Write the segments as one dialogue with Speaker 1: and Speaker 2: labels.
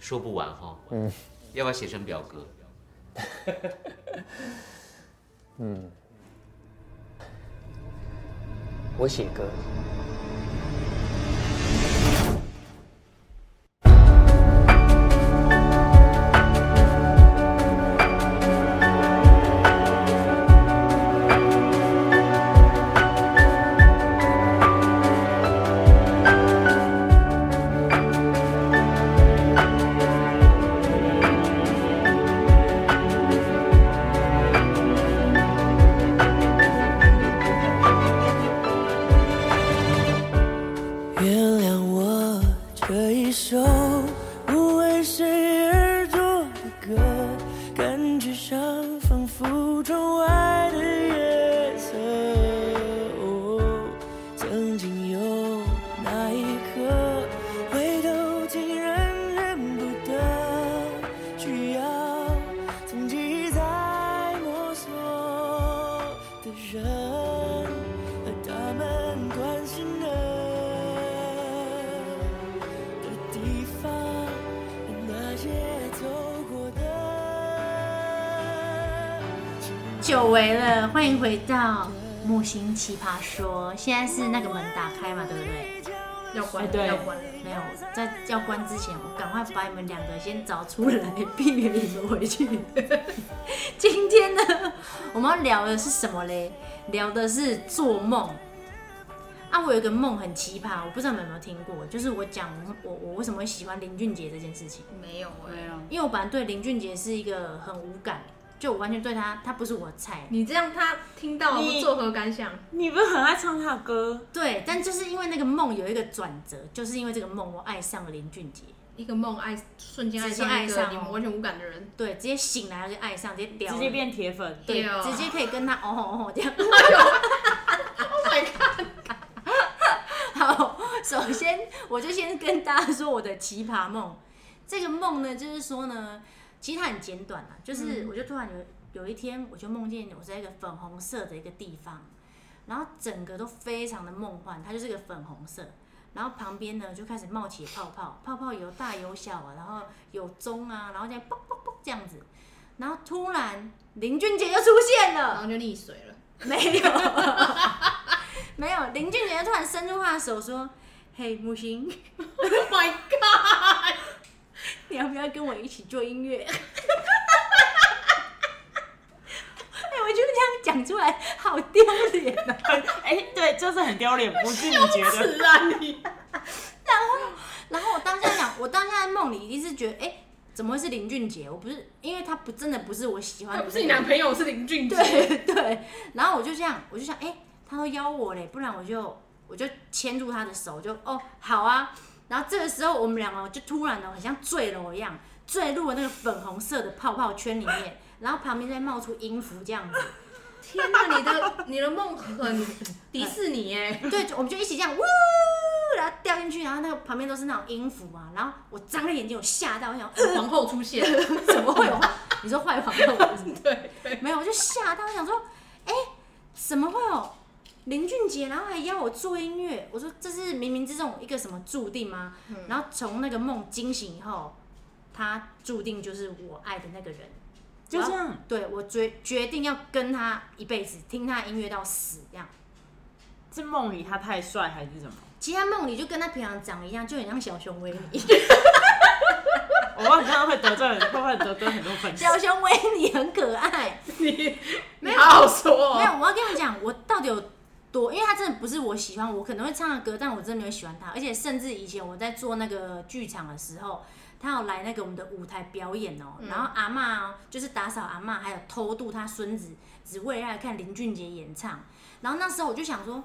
Speaker 1: 说不完哈。
Speaker 2: 嗯，
Speaker 1: 要不要写成表格？
Speaker 2: 嗯，我写歌。
Speaker 3: 原谅我这一首不为谁而作的歌，感觉上仿佛窗外的夜色。哦，曾经有那一刻，回头竟然认不得，需要曾记在摸索的人和他们关心的。的地方，那些走过的。
Speaker 4: 久违了，欢迎回到木星奇葩说。现在是那个门打开嘛，对不对？要
Speaker 5: 哎
Speaker 4: 关，
Speaker 6: 对
Speaker 4: 要关了。没有，在要关之前，我赶快把你们两个先找出来，避免你们回去。今天呢，我们要聊的是什么嘞？聊的是做梦。啊，我有一个梦很奇葩，我不知道你们有没有听过，就是我讲我我为什么会喜欢林俊杰这件事情。
Speaker 5: 没有哎、
Speaker 6: 没有，
Speaker 4: 因为我本来对林俊杰是一个很无感，就我完全对他，他不是我的菜。
Speaker 5: 你这样他听到
Speaker 6: 你
Speaker 5: 作何感想？
Speaker 6: 你不是很爱唱他的歌？
Speaker 4: 对，但就是因为那个梦有一个转折，就是因为这个梦，我爱上了林俊杰。
Speaker 5: 一个梦爱瞬间爱上一
Speaker 4: 直接
Speaker 5: 个
Speaker 4: 爱上哦
Speaker 5: 你们完全无感的人，
Speaker 4: 对，直接醒来就爱上，直接屌了，
Speaker 6: 直接变铁粉，
Speaker 4: 对，
Speaker 5: 屌
Speaker 4: 直接可以跟他哦吼哦吼这样。
Speaker 5: Oh my god！
Speaker 4: 好，首先我就先跟大家说我的奇葩梦。这个梦呢，就是说呢，其实它很简短啊，就是
Speaker 5: 嗯
Speaker 4: 我就突然有有一天，我就梦见我在一个粉红色的一个地方，然后整个都非常的梦幻，它就是一个粉红色。然后旁边呢就开始冒起泡泡，泡泡有大有小啊，然后有中啊，然后这样嘣嘣嘣这样子，然后突然林俊杰就出现了，
Speaker 5: 然后就溺水了。
Speaker 4: 没有， 没有。林俊杰突然伸出他的手说：“嘿，木星，
Speaker 5: Oh my god！
Speaker 4: 你要不要跟我一起做音乐？” 哎、我觉得这样讲出来好丢脸啊！
Speaker 6: 哎、对，就是很丢脸，不是你觉 得？
Speaker 5: 是啊，你
Speaker 4: 然后我当下想，我当下在梦里一定是觉得，哎、怎么会是林俊杰？我不是，因为他不真的不是我喜欢
Speaker 5: 他
Speaker 4: 的，
Speaker 5: 啊不是你男朋友，是林俊杰。
Speaker 4: 对对，然后我就这样，我就想，哎、他都邀我嘞，不然我就我就牵住他的手，就哦好啊。然后这个时候我们两个就突然哦，很像坠楼一样，坠入了那个粉红色的泡泡圈里面，然后旁边再冒出音符这样子，
Speaker 5: 天哪，你的你的梦 很迪士尼哎、
Speaker 4: 对，就我们就一起这样，呜，然后掉进去，然后那个旁边都是那种音符嘛，然后我张开眼睛，我吓到，我想、呃、
Speaker 5: 皇后出现。
Speaker 4: 怎么会有皇？你说坏皇后是不是
Speaker 5: 对对，
Speaker 4: 没有，我就吓到，我想说，哎、怎么会有林俊杰，然后还要我做音乐？我说这是冥冥之中一个什么注定吗？
Speaker 6: 嗯
Speaker 4: 然后从那个梦惊醒以后，他注定就是我爱的那个人。
Speaker 6: 就这样，
Speaker 4: 对我决决定要跟他一辈子，听他音乐到死这样。
Speaker 6: 是梦里他太帅还是什么？
Speaker 4: 其他梦里就跟他平常长一样，就很像小熊维尼。
Speaker 6: 我忘了会得罪人，会不会得罪很多粉丝？
Speaker 4: 小熊维尼很可爱。
Speaker 5: 你
Speaker 4: 没有
Speaker 5: 你好好说、哦。
Speaker 4: 没有，我要跟你讲，我到底有多，因为他真的不是我喜欢，我可能会唱的歌，但我真的没有喜欢他。而且甚至以前我在做那个剧场的时候，他有来那个我们的舞台表演哦、然后阿嬷哦、就是打扫阿嬷，还有偷渡他孙子，只为了来看林俊杰演唱。然后那时候我就想说。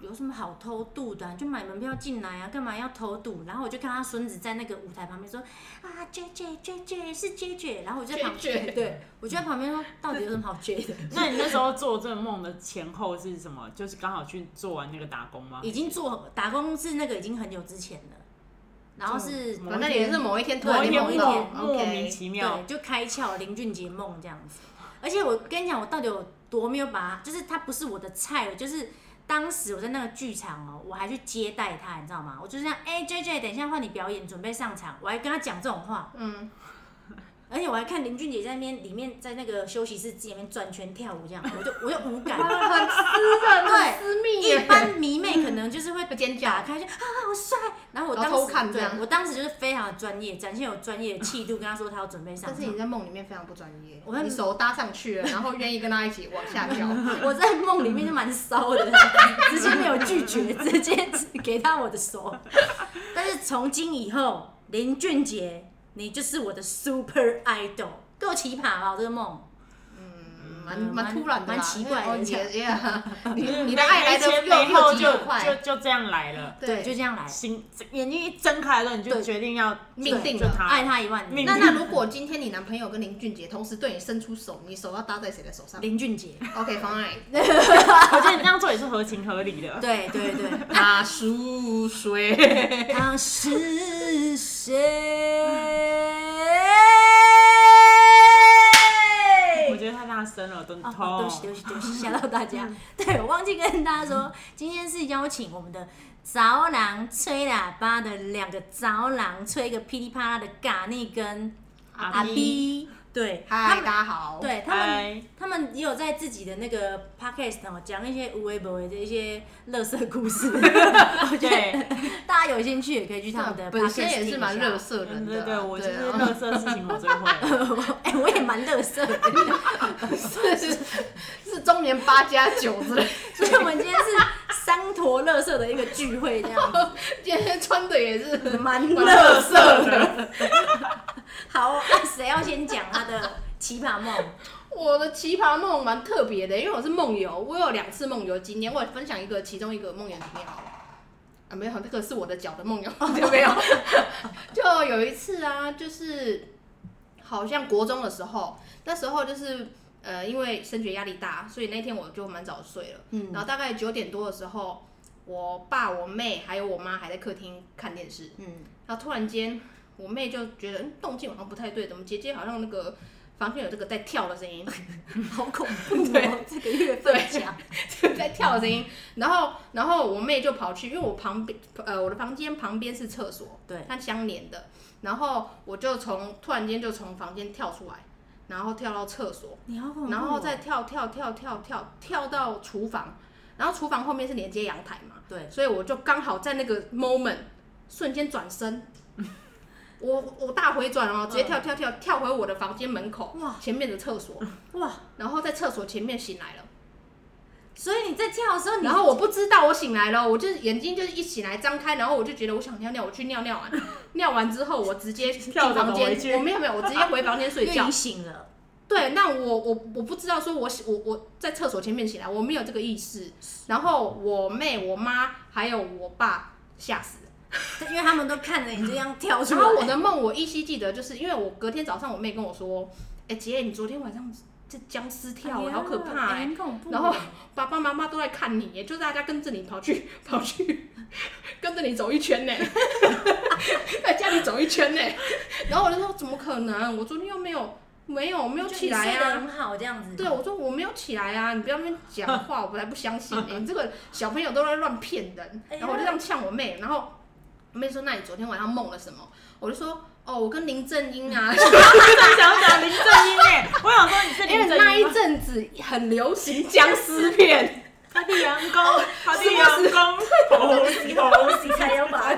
Speaker 4: 有什么好偷渡的啊、就买门票进来啊，干嘛要偷渡？然后我就看他孙子在那个舞台旁边说：“啊，J J J J 是 J J。”然后我就在旁
Speaker 5: JJ
Speaker 4: 对我就在旁边说：“到底有什么好 J 的？”
Speaker 6: 那你那时候做这个梦的前后是什么？就是刚好去做完那个打工吗？
Speaker 4: 已经做打工是那个已经很久之前了，然后是
Speaker 6: 某
Speaker 5: 反正哦也是某一天突
Speaker 6: 某
Speaker 5: 然
Speaker 6: 一
Speaker 5: 间
Speaker 6: 天
Speaker 4: 某
Speaker 5: 梦
Speaker 4: 一
Speaker 5: 到
Speaker 4: 天
Speaker 6: 莫名
Speaker 5: OK，
Speaker 6: 其妙
Speaker 4: 对，就开窍林俊杰梦这样子。而且我跟你讲，我到底有多没有把它，就是他不是我的菜，就是当时我在那个剧场哦，我还去接待他，你知道吗？我就这样，哎、j J，等一下换你表演，准备上场，我还跟他讲这种话，
Speaker 5: 嗯，
Speaker 4: 而且我还看林俊杰在那边里面在那个休息室里面转圈跳舞这样，我就我就 无感。
Speaker 5: 很私人，
Speaker 4: 对
Speaker 5: 很私密
Speaker 4: 一
Speaker 5: 耶，
Speaker 4: 般迷妹
Speaker 5: 嗯
Speaker 4: 可能就是会
Speaker 5: 尖
Speaker 4: 打
Speaker 5: 叫，
Speaker 4: 开就啊好帅，然后我
Speaker 5: 然
Speaker 4: 当
Speaker 5: 后
Speaker 4: 时
Speaker 5: 偷看这
Speaker 4: 对
Speaker 5: 样，
Speaker 4: 我当时就是非常的专业，展现有专业的气度，跟他说他要准备上
Speaker 5: 但
Speaker 4: 场
Speaker 5: 是。你在梦里面非常不专业，
Speaker 4: 我在
Speaker 5: 你手搭上去了，然后愿意跟他一起往下掉，
Speaker 4: 我在梦里面就蛮骚 的，直接没有拒绝，直接给他我的手。但是从今以后，林俊杰，你就是我的 super idol，够奇葩啊吧？这个梦，
Speaker 5: 嗯，蛮蛮突然的啦，
Speaker 4: 蛮奇怪的嗯
Speaker 5: 哦，你也也， 你 你
Speaker 6: 你
Speaker 5: 的爱来的
Speaker 6: 前
Speaker 5: 又
Speaker 6: 没后就
Speaker 5: 又急又
Speaker 6: 就
Speaker 5: 快，
Speaker 6: 就这样来了，
Speaker 4: 对，就这样来，
Speaker 6: 心眼睛一睁开的时候，你就
Speaker 4: 对
Speaker 6: 决定要
Speaker 5: 命定
Speaker 6: 就
Speaker 5: 了。
Speaker 6: 他
Speaker 4: 爱他一万
Speaker 6: 命
Speaker 4: 年。
Speaker 5: 那那如果今天你男朋友跟林俊杰同时对你伸出手，你手要搭在谁的手上
Speaker 4: 林俊杰，
Speaker 5: ？OK fine，
Speaker 6: 我觉得你这样做也是合情合理的。
Speaker 4: 对对对，
Speaker 5: 他 输水，
Speaker 4: 他是谁？
Speaker 6: 我觉得太大声了，我都很
Speaker 4: 哦，对
Speaker 6: 痛
Speaker 4: 不。起，对不起，对不起，吓到大家。对我忘记跟大家说，今天是邀请我们的早郎吹喇叭的两个早郎，吹一个噼里啪啦的嘎内跟阿
Speaker 6: 阿 B，
Speaker 4: B，对他
Speaker 5: 嗨，大
Speaker 4: 们，
Speaker 5: 家好，，
Speaker 4: 对他们，
Speaker 6: 嗨，
Speaker 4: 他们也有在自己的那个 podcast 哦，讲一些无微不微的一些乐色故事。我觉得
Speaker 6: 对
Speaker 4: 大家有兴趣也可以去他们的 podcast
Speaker 5: 本身也是
Speaker 4: 听
Speaker 5: 蛮
Speaker 4: 一下嗯
Speaker 5: 热色
Speaker 6: 对
Speaker 5: 人的
Speaker 6: 对
Speaker 5: 啦，
Speaker 6: 对，我就是
Speaker 5: 啊
Speaker 6: 乐色事情我最会。
Speaker 4: 哎、我也蛮乐色的，
Speaker 5: 是是中年八加九之类，
Speaker 4: 所以我们今天是三坨乐色的一个聚会，这样子。
Speaker 5: 今天穿的也 是
Speaker 4: 蛮
Speaker 5: 乐
Speaker 4: 乐色
Speaker 5: 色的
Speaker 4: 的。好，那谁要先讲他的奇葩梦？
Speaker 5: 我的奇葩梦蛮特别的，因为我是梦游，我有两次梦游经验，我也分享一个其中一个梦游经验好了。啊，没有，那个是我的脚的梦游， 就没有。就有一次啊，就是呃好像国中的时候，那时候就是呃，因为升学压力大，所以那天我就蛮早睡了。
Speaker 4: 嗯
Speaker 5: 然后大概九点多的时候，我爸、我妹还有我妈还在客厅看电视，
Speaker 4: 嗯，
Speaker 5: 然后突然间，我妹就觉得嗯动静好像不太对，怎么姐姐好像那个房间有这个在跳的声音，
Speaker 4: 好恐怖哦
Speaker 5: 对！
Speaker 4: 这个月份讲，
Speaker 5: 在跳的声音。然后，然后我妹就跑去，因为我旁边，呃，我的房间旁边是厕所，
Speaker 4: 对
Speaker 5: 它相连的。然后我就从突然间就从房间跳出来，然后跳到厕所，
Speaker 4: 你好恐怖哦、
Speaker 5: 然后再跳跳跳跳跳跳到厨房，然后厨房后面是连接阳台嘛，
Speaker 4: 对，
Speaker 5: 所以我就刚好在那个 moment 瞬间转身， 我我大回转哦，直接跳跳跳跳回我的房间门口，
Speaker 4: 嗯哇
Speaker 5: 前面的厕所，
Speaker 4: 哇！
Speaker 5: 然后在厕所前面醒来了，
Speaker 4: 所以你在跳的时候你，
Speaker 5: 然后我不知道我醒来了，我就是眼睛就是一醒来张开，然后我就觉得我想尿尿，我去尿尿啊，尿完之后我直接进
Speaker 6: 跳着
Speaker 5: 房
Speaker 6: 走回去
Speaker 5: 间，我没有没有，我直接回房间睡
Speaker 4: 因为
Speaker 5: 觉
Speaker 4: 你。醒了，
Speaker 5: 对，那我我我不知道说我醒我我在厕所前面醒来，我没有这个意识，然后我妹、我妈还有我爸吓死
Speaker 6: 哦
Speaker 5: 了。
Speaker 4: 因为他们都看着你这样跳出
Speaker 5: 然
Speaker 4: 来。
Speaker 5: 后我的梦我依稀记得，就是因为我隔天早上我妹跟我说，哎、姐，你昨天晚上这僵尸跳、
Speaker 4: 哎呀
Speaker 5: 好可怕
Speaker 4: 哎
Speaker 5: 哎、
Speaker 4: 很恐怖。
Speaker 5: 然后爸爸妈妈都在看你耶，就大家跟着你跑去 跑去，跟着你走一圈呢， 在家里走一圈呢。然后我就说怎么可能？我昨天又没有没有没有
Speaker 4: 就
Speaker 5: 起
Speaker 4: 你
Speaker 5: 来
Speaker 4: 睡得
Speaker 5: 啊。
Speaker 4: 很好这样子。
Speaker 5: 对，我 说我没有起来啊，你不要那边讲话，我本来不相信、你这个小朋友都在乱骗人。
Speaker 4: 哎呀
Speaker 5: 然后我就这样呛我妹，然后我妹说：“那你昨天晚上梦了什么？”我就说：“哦，我跟林正英啊，
Speaker 6: 我正想讲林正英哎，我想说你是
Speaker 5: 因
Speaker 6: 林
Speaker 5: 为
Speaker 6: 正
Speaker 5: 那
Speaker 6: 英
Speaker 5: 一
Speaker 6: 吗，
Speaker 5: 阵子很流行僵尸片，
Speaker 6: 他的阳光，他的阳光，头头
Speaker 4: 你才有把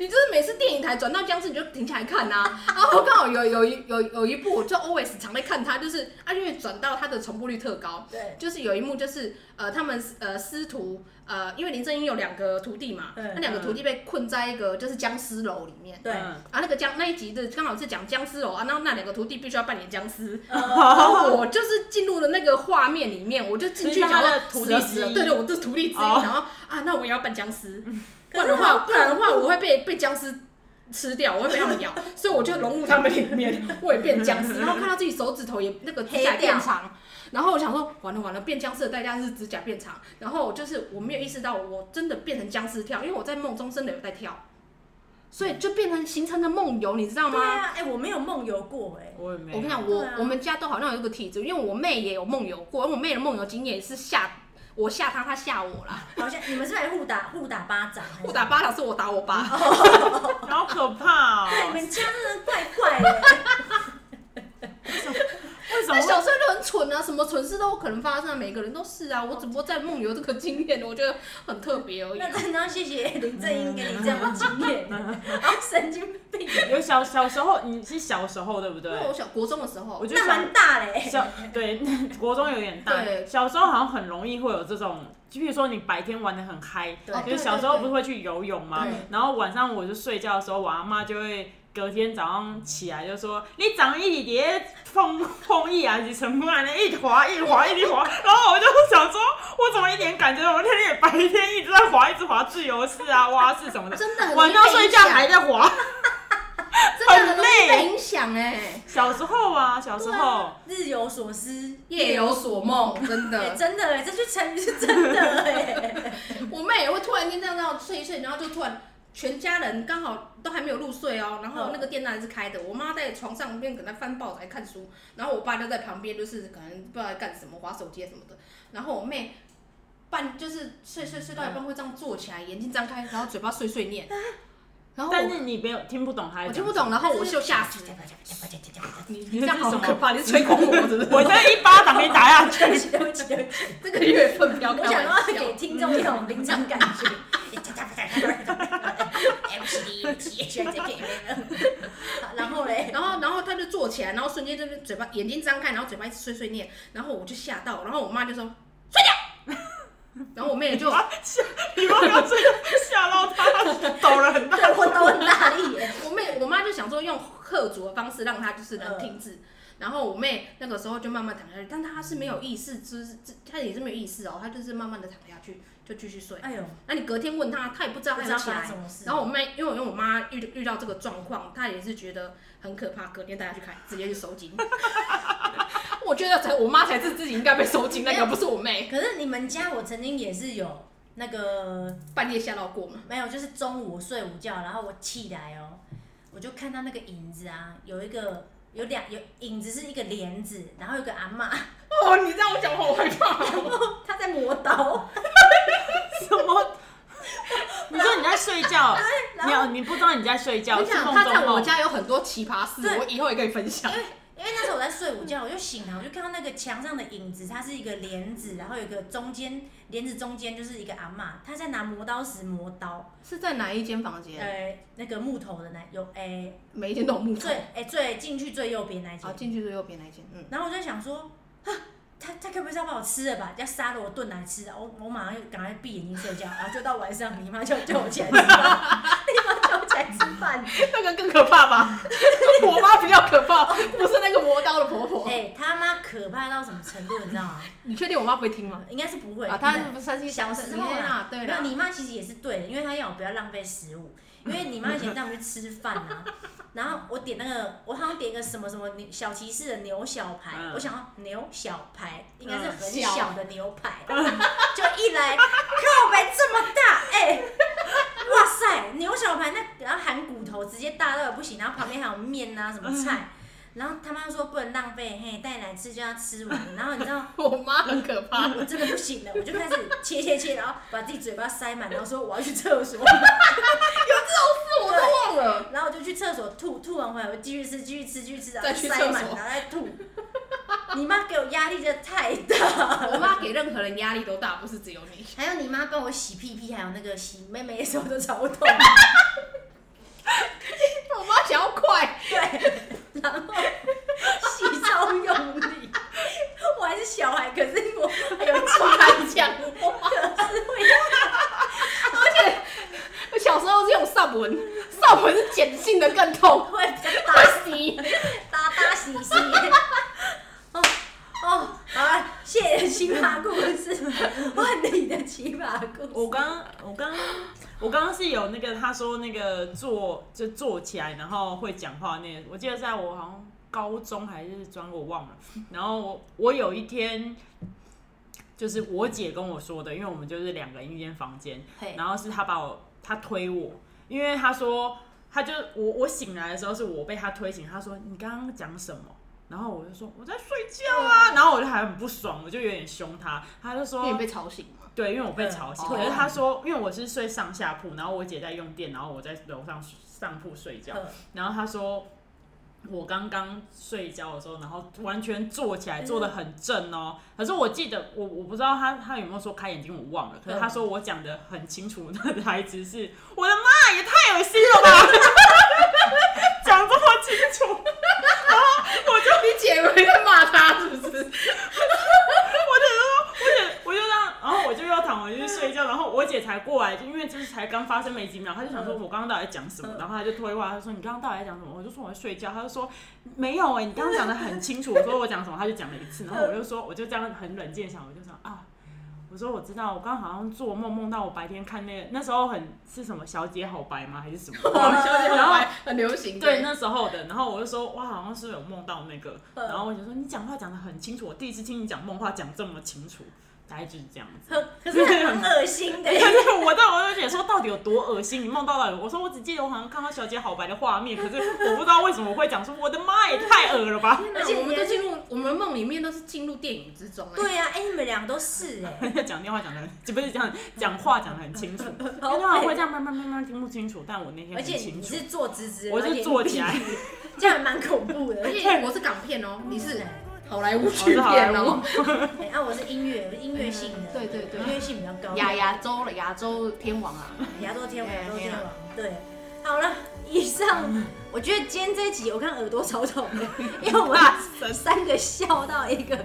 Speaker 5: 你就是每次电影台转到僵尸你就停下来看呐、啊。然后刚好有有一有有一部，我就 always 常在看它，就是啊，因为转到它的重播率特高，
Speaker 4: 对
Speaker 5: 就是有一幕就是呃，他们呃师徒呃，因为林正英有两个徒弟嘛，
Speaker 4: 嗯
Speaker 5: 那两个徒弟被困在一个就是僵尸楼里面。
Speaker 4: 对，
Speaker 6: 嗯
Speaker 5: 啊，那个僵那一集的刚好是讲僵尸楼啊，然后那两个徒弟必须要扮演僵尸，然
Speaker 6: 哦
Speaker 5: 后我就是进入了那个画面里面，我就进
Speaker 6: 所以
Speaker 5: 去
Speaker 6: 是他
Speaker 5: 想
Speaker 6: 的
Speaker 5: 要
Speaker 6: 徒
Speaker 5: 死
Speaker 6: 弟
Speaker 5: 了
Speaker 6: 之
Speaker 5: 死了，
Speaker 6: 一
Speaker 5: 对对，我就是徒弟之一，
Speaker 6: 哦
Speaker 5: 然后啊，那我也要扮僵尸，不
Speaker 4: 可
Speaker 5: 然
Speaker 4: 是
Speaker 5: 的
Speaker 4: 好
Speaker 6: 呃
Speaker 5: 话不然的话我会被被僵尸。吃掉，我会被他们咬，所以我就融入他们里面，我也变僵尸。然后看到自己手指头也那个指甲
Speaker 4: 黑掉
Speaker 5: 变长，然后我想说，完了完了，变僵尸的代价是指甲变长。然后我就是我没有意识到，我真的变成僵尸跳，因为我在梦中真的有在跳，所以就变成形成了梦游，你知道
Speaker 4: 对
Speaker 5: 吗？
Speaker 4: 啊，哎、我没有梦游过哎、
Speaker 6: 我也没有。
Speaker 5: 我跟你讲，
Speaker 4: 对
Speaker 5: 我、
Speaker 4: 啊
Speaker 5: 我们家都好像有一个体质，因为我妹也有梦游过，因为我妹的梦游经验也是吓我吓他，他吓我啦，
Speaker 4: 好像你们是不是还互打互打巴掌？还是
Speaker 5: 我打巴掌是我打我爸，
Speaker 6: 好可怕哦！
Speaker 4: 你们家真的怪怪的。
Speaker 6: 为什
Speaker 5: 那
Speaker 6: 么
Speaker 5: 小
Speaker 6: 会？
Speaker 5: 时候就很蠢啊，什么蠢事都有可能发生啊，每个人都是啊。我只不过在梦游这个经验，我觉得很特别而已。啊
Speaker 4: 那真的要谢谢林正英给你这样的经验，神经病，
Speaker 6: 有小小时候，你是小时候对不对
Speaker 5: 因？为我小国中的时候
Speaker 6: 我，觉得
Speaker 4: 那
Speaker 6: 小
Speaker 4: 蛮大嘞。
Speaker 6: 小对国中有点大
Speaker 5: 对，
Speaker 6: 小时候好像很容易会有这种，就比如说你白天玩的很嗨，
Speaker 4: 对
Speaker 6: 就是小时候不是会去游泳吗
Speaker 4: 对？
Speaker 6: 然后晚上我就睡觉的时候，我阿妈就会。隔天早上起来就说：“你长一点碰碰一啊，你什么啊？一滑一滑一滑。” 然后我就想说：“我怎么一点感觉？我天天白天一直在滑，一直滑自由式啊、蛙式什么的，
Speaker 5: 真的很容易
Speaker 6: 晚上睡觉还在滑。
Speaker 5: 真的很容易
Speaker 6: 很累
Speaker 5: 被影响哎”，
Speaker 6: 小时候啊，小时候，
Speaker 4: 日有所思，
Speaker 5: 夜有所梦，真
Speaker 4: 哎，
Speaker 5: 的。
Speaker 4: 真的哎，这句成语是真的哎。
Speaker 5: 我妹也会突然间这样这样睡一睡，然后就突然全家人刚好都还没有入睡哦，然后那个电扇是开的，我妈在床上边可能在翻报纸还看书，然后我爸就在旁边就是可能不知道在干什么，划手机什么的，然后我妹。半就是睡睡睡到一半会这样坐起来，眼睛张开，然后嘴巴碎碎念，然后
Speaker 6: 但
Speaker 5: 我
Speaker 6: 是你没有听不懂他在
Speaker 5: 我
Speaker 6: 讲
Speaker 5: 听不懂，然后我就吓死。你你这样好
Speaker 6: 你这是什么
Speaker 5: 可怕，你是吹空我是不
Speaker 6: 我
Speaker 5: 是？
Speaker 6: 这一巴掌给你打下
Speaker 4: 对不
Speaker 6: 去。
Speaker 4: 起，对不起，对不起，
Speaker 5: 这个月份不要开
Speaker 4: 我想
Speaker 5: 玩
Speaker 4: 要
Speaker 5: 笑
Speaker 4: 给。听众一种临场感觉。然后嘞，
Speaker 5: 然后然后他就坐起来，然后瞬间就是嘴巴眼睛张开，然后嘴巴一直碎碎念，然后我就吓到，然后我妈就说睡觉， 然后我妹就
Speaker 6: 啊吓！你妈刚这个吓到他，抖了很大。
Speaker 4: 对我都很大力耶。
Speaker 5: 我妹我妈就想说用喝足的方式让她就是能停
Speaker 4: 嗯
Speaker 5: 止。然后我妹那个时候就慢慢躺下去，但她是没有意识，就是这她也是没有意识哦，她就是慢慢的躺下去，就继续睡。
Speaker 4: 哎呦，
Speaker 5: 那你隔天问她，她也不知道
Speaker 4: 不
Speaker 5: 她
Speaker 4: 知
Speaker 5: 有
Speaker 4: 道
Speaker 5: 起
Speaker 4: 发
Speaker 5: 来
Speaker 4: 生什。么事。
Speaker 5: 然后我妹，因为我因为我妈遇遇到这个状况，她也是觉得很可怕，隔天带她去看，直接去 收金。我觉得才我妈才是自己应该被收金那个，不是我妹。
Speaker 4: 可是你们家我曾经也是有那个
Speaker 5: 半夜吓到过嘛？
Speaker 4: 没有，就是中午我睡午觉，然后我起来哦，我就看到那个影子啊，有一个有两有影子是一个帘子，然后有个阿嬷，
Speaker 5: 哦，你这样我讲话我害怕哦。
Speaker 4: 她在磨刀，
Speaker 6: 什么？你说你在睡 觉？你有你不知道你在睡
Speaker 5: 啊
Speaker 6: 觉，
Speaker 5: 我跟你
Speaker 6: 是
Speaker 5: 讲，
Speaker 6: 梦
Speaker 5: 她
Speaker 6: 中哦
Speaker 5: 在我
Speaker 4: 哦
Speaker 6: 梦。
Speaker 5: 家有很多奇葩事，
Speaker 4: 对
Speaker 5: 我以后也可以分享。
Speaker 4: 因为那时候我在睡午觉，我就醒了，我就看到那个墙上的影子，它是一个帘子，然后有一个中间帘子中间就是一个阿嬷，她在拿磨刀石磨刀，
Speaker 5: 是在哪一间房间？
Speaker 4: 呃，那个木头的那有哎、
Speaker 5: 每一间都有木头
Speaker 4: 最。哎、最进去最右边那一间
Speaker 5: 好，，哦进去最右边那一间。嗯，
Speaker 4: 然后我就想说，啊，他他该不会是要把我吃了吧？要杀了我炖来吃啊？我我马上就赶快闭眼睛睡觉，然后就到晚上，你妈就叫我起来吃饭， 你妈叫我起来吃饭。
Speaker 5: 那个更可怕 吧？我妈比较可怕，不是那个磨刀的婆婆
Speaker 4: 哎、。他妈可怕到什么程度，你知道吗？
Speaker 5: 你确定我妈不会听吗？
Speaker 4: 应该是不会
Speaker 5: 啊，她是不是三星
Speaker 4: 小时候
Speaker 5: 啦
Speaker 4: 啦，，
Speaker 5: 对
Speaker 4: 没
Speaker 5: 啦
Speaker 4: 有，你妈其实也是对的，因为她要我不要浪费食物，因 为你妈以前带我们去吃饭啊，然后我点那个，我好像点一个什么什么牛小骑士的牛小排，
Speaker 6: 嗯
Speaker 4: 我想要牛小排应该是
Speaker 6: 嗯
Speaker 4: 很
Speaker 5: 小
Speaker 4: 小的牛排，
Speaker 5: 嗯
Speaker 4: 就一来靠背这么大，哎、哇塞，牛小排那然后含骨头直接大到也不行，然后旁边还有面啊什么
Speaker 5: 嗯
Speaker 4: 菜。然后他妈说不能浪费，嘿，带来吃就要吃完。然后你知道
Speaker 5: 我妈很可怕。
Speaker 4: 我真的不行了，我就开始切切切，然后把自己嘴巴塞满，然后说我要去厕 所，
Speaker 5: 我都忘了。
Speaker 4: 然后我就去厕所吐，吐完回来我继续吃，继续吃，继续吃，然后
Speaker 5: 再去
Speaker 4: 塞满，
Speaker 5: 厕所
Speaker 4: 然后再吐。你妈给我压力真的太大
Speaker 5: 我
Speaker 4: 了，
Speaker 5: 妈给任何人压力都大，不是只有你。
Speaker 4: 还有你妈帮我洗屁屁，还有那个洗妹妹的时候都超痛，
Speaker 5: 我妈想要快，
Speaker 4: 对，然后洗超用力， 我还是小孩，可是我还有
Speaker 5: 我
Speaker 4: 冲
Speaker 5: 还讲，
Speaker 4: 我 可是会
Speaker 5: 我小时候是用上文，上文是碱性的更痛，
Speaker 4: 会比较
Speaker 5: 会
Speaker 4: 大
Speaker 5: 死。
Speaker 4: 大大喜喜。哦哦，好了，谢谢奇葩故事，换你的奇葩故
Speaker 6: 我
Speaker 4: 事。
Speaker 6: 刚我刚我刚刚是有那个他说那个坐就坐起来，然后会讲话那个，我记得在我好像高中还是专我忘了。然后我我有一天就是我姐跟我说的，因为我们就是两个人一间房间，
Speaker 4: 嘿
Speaker 6: 然后是他把我他推我，因为他说他就我我醒来的时候是我被他推醒，他说你刚刚讲什么？然后我就说我在睡觉啊，然后我就还很不爽，我就有点凶他，他就说
Speaker 5: 因
Speaker 4: 哦
Speaker 5: 为你被吵醒嘛。
Speaker 6: 对，因为我被吵醒。
Speaker 5: 嗯
Speaker 6: 可是他说，因为我是睡上下铺，然后我姐在用电，然后我在楼上上铺睡觉。
Speaker 4: 嗯
Speaker 6: 然后他说，我刚刚睡觉的时候，然后完全坐起来，坐得很正哦。可是我记得，我我不知道他他有没有说开眼睛，我忘了。可是他说我讲的很清楚的 台词是：“我的妈，也太恶心了吧！” 讲这么清楚，
Speaker 5: 我就你姐妹在骂他，是 不是？
Speaker 6: 我就让，然后我就要躺回去睡觉，然后我姐才过来，就因为就是才刚发生没几秒，她就想说我刚刚到底在讲什么，然后她就推话，她说你刚刚到底在讲什么？我就说我在睡觉，她就说没有哎、你刚刚讲的很清楚，我说我讲什么，她就讲了一次，然后我就说我就这样很冷静地想，我就想啊。我说我知道，我刚刚好像做梦，梦到我白天看那个那时候很是什么小姐好白吗还是什么？
Speaker 5: 好消息
Speaker 6: 然后
Speaker 5: 很流行。欸
Speaker 6: 对，那时候的，然后我就说，哇，好像是有梦到那个，
Speaker 4: 嗯
Speaker 6: 然后我就说你讲话讲的很清楚，我第一次听你讲梦话讲这么清楚，大概就是这样子。
Speaker 4: 可是很恶心 的。
Speaker 6: 但是我在我就姐说到底有多恶心，你梦到了？我说我只记得我好像看到小姐好白的画面，可是我不知道为什么我会讲说我的妈也太恶了吧，
Speaker 5: 而且我们都进入我们梦里面都是进入电影之中。哎，
Speaker 4: 对呀、啊，哎、你们俩都是哎、
Speaker 6: 讲电话讲的就不是讲讲话讲的很清楚，因
Speaker 4: 好
Speaker 6: 为我会这样慢慢慢慢听不清楚，但我那天
Speaker 4: 而
Speaker 6: 很
Speaker 4: 且
Speaker 6: 清
Speaker 4: 你
Speaker 6: 楚。
Speaker 4: 是坐直 直的，
Speaker 6: 我是
Speaker 4: 然后眼睛
Speaker 6: 坐起来
Speaker 4: 闭着，这样蛮恐怖 的。
Speaker 5: 而且我是港片哦，你是好莱坞
Speaker 6: 我
Speaker 5: 去
Speaker 6: 是好莱
Speaker 5: 片
Speaker 6: 坞
Speaker 5: 哦，，
Speaker 4: 哎啊，我是音乐，我是音乐性的，
Speaker 5: 对对对
Speaker 4: 音乐性比较
Speaker 6: 嗯
Speaker 4: 高。
Speaker 5: 亚亚洲了，亚洲天王啊，
Speaker 4: 亚洲天王，
Speaker 5: 哎
Speaker 4: 亚洲天
Speaker 5: 天
Speaker 4: 王，对。好了，以上我觉得今天这一集我看耳朵超痛 的，因为我
Speaker 5: 啊
Speaker 4: 们三个笑到一个，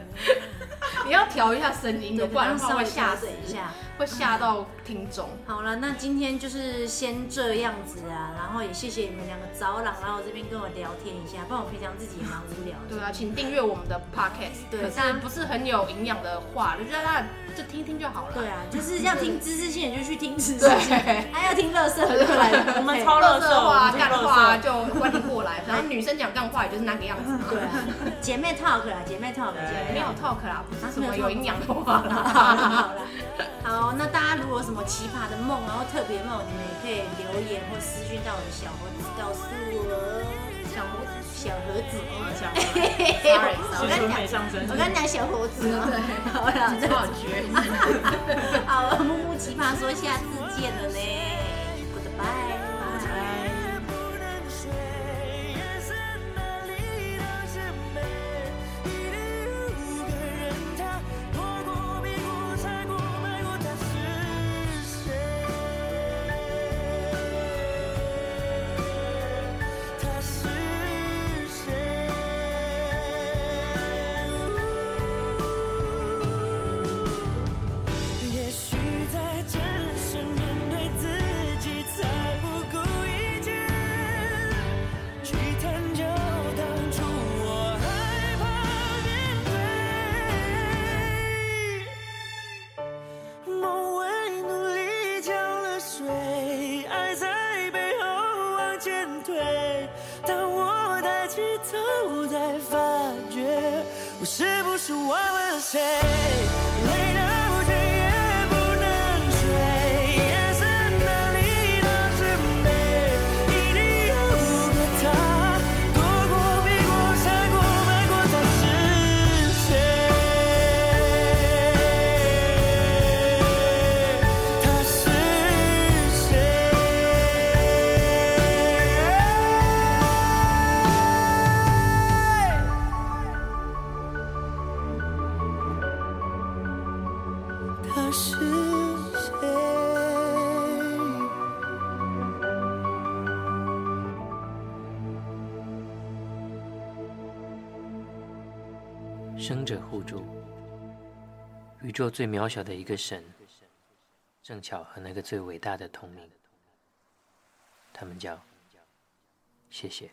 Speaker 5: 你要 调一下声音的，不然的话
Speaker 4: 稍
Speaker 5: 会
Speaker 4: 微
Speaker 5: 吓
Speaker 4: 调
Speaker 5: 死
Speaker 4: 整，一下。
Speaker 5: 会吓到听众。
Speaker 4: 好了，那今天就是先这样子啊，然后也谢谢你们两个早朗来我这边跟我聊天一下，不然我平常自己也蛮无聊
Speaker 5: 对
Speaker 4: 的。
Speaker 5: 啊，请订阅我们的 podcast，
Speaker 4: 嗯对
Speaker 5: 可是不是很有营养的话，就觉得大家就听听就好了。
Speaker 4: 对啊，就是要听知识性的就去听知识性，
Speaker 5: 对，
Speaker 4: 还要听乐色的就来
Speaker 6: 我
Speaker 4: 了。
Speaker 6: 们超乐
Speaker 5: 乐
Speaker 6: 色，
Speaker 5: 色
Speaker 6: 我
Speaker 5: 话、
Speaker 6: 们是
Speaker 5: 干
Speaker 6: 乐色。
Speaker 5: 话就欢 迎过来，反正女生讲干话也就是那个样子嘛。
Speaker 4: 对啊，姐妹 talk 啦，姐妹 talk，姐妹
Speaker 5: 没
Speaker 4: talk
Speaker 5: 有 talk 啦，不
Speaker 4: 啊
Speaker 5: 是什
Speaker 4: 没有
Speaker 5: 么有
Speaker 4: talk
Speaker 5: 营养的话
Speaker 4: 好啦
Speaker 5: 啦。
Speaker 4: 好啦，好，那大家如果有什么奇葩的梦，然后特别梦，你们也可以留言或私讯到我的小盒子告诉我。 小盒子，小盒子。
Speaker 5: Sorry，
Speaker 4: 我
Speaker 6: 青
Speaker 4: 跟
Speaker 6: 春
Speaker 4: 你讲
Speaker 6: 美，上身，
Speaker 4: 哎我跟你讲小盒子哦。 好 了，
Speaker 5: 真好绝。
Speaker 4: 好了，木木奇葩说下次见了呢，Goodbye。
Speaker 3: 也不能睡，夜色哪里都是美。一定有个人，他躲过、避过、猜过、瞒过，他是谁？他是谁？也许在真实面对自己，才不顾一切。去探究当初我害怕面对。梦为努力浇了水，爱在背后往前推。当我抬起头，才发觉我是不是忘了谁。累得不行也不能睡，夜色哪里都是美。一定有个他，躲过、避过、闪过、瞒过，他是谁？他是谁？他是谁？
Speaker 2: 生者互助，宇宙最渺小的一个神，正巧和那个最伟大的同名，他们叫谢谢。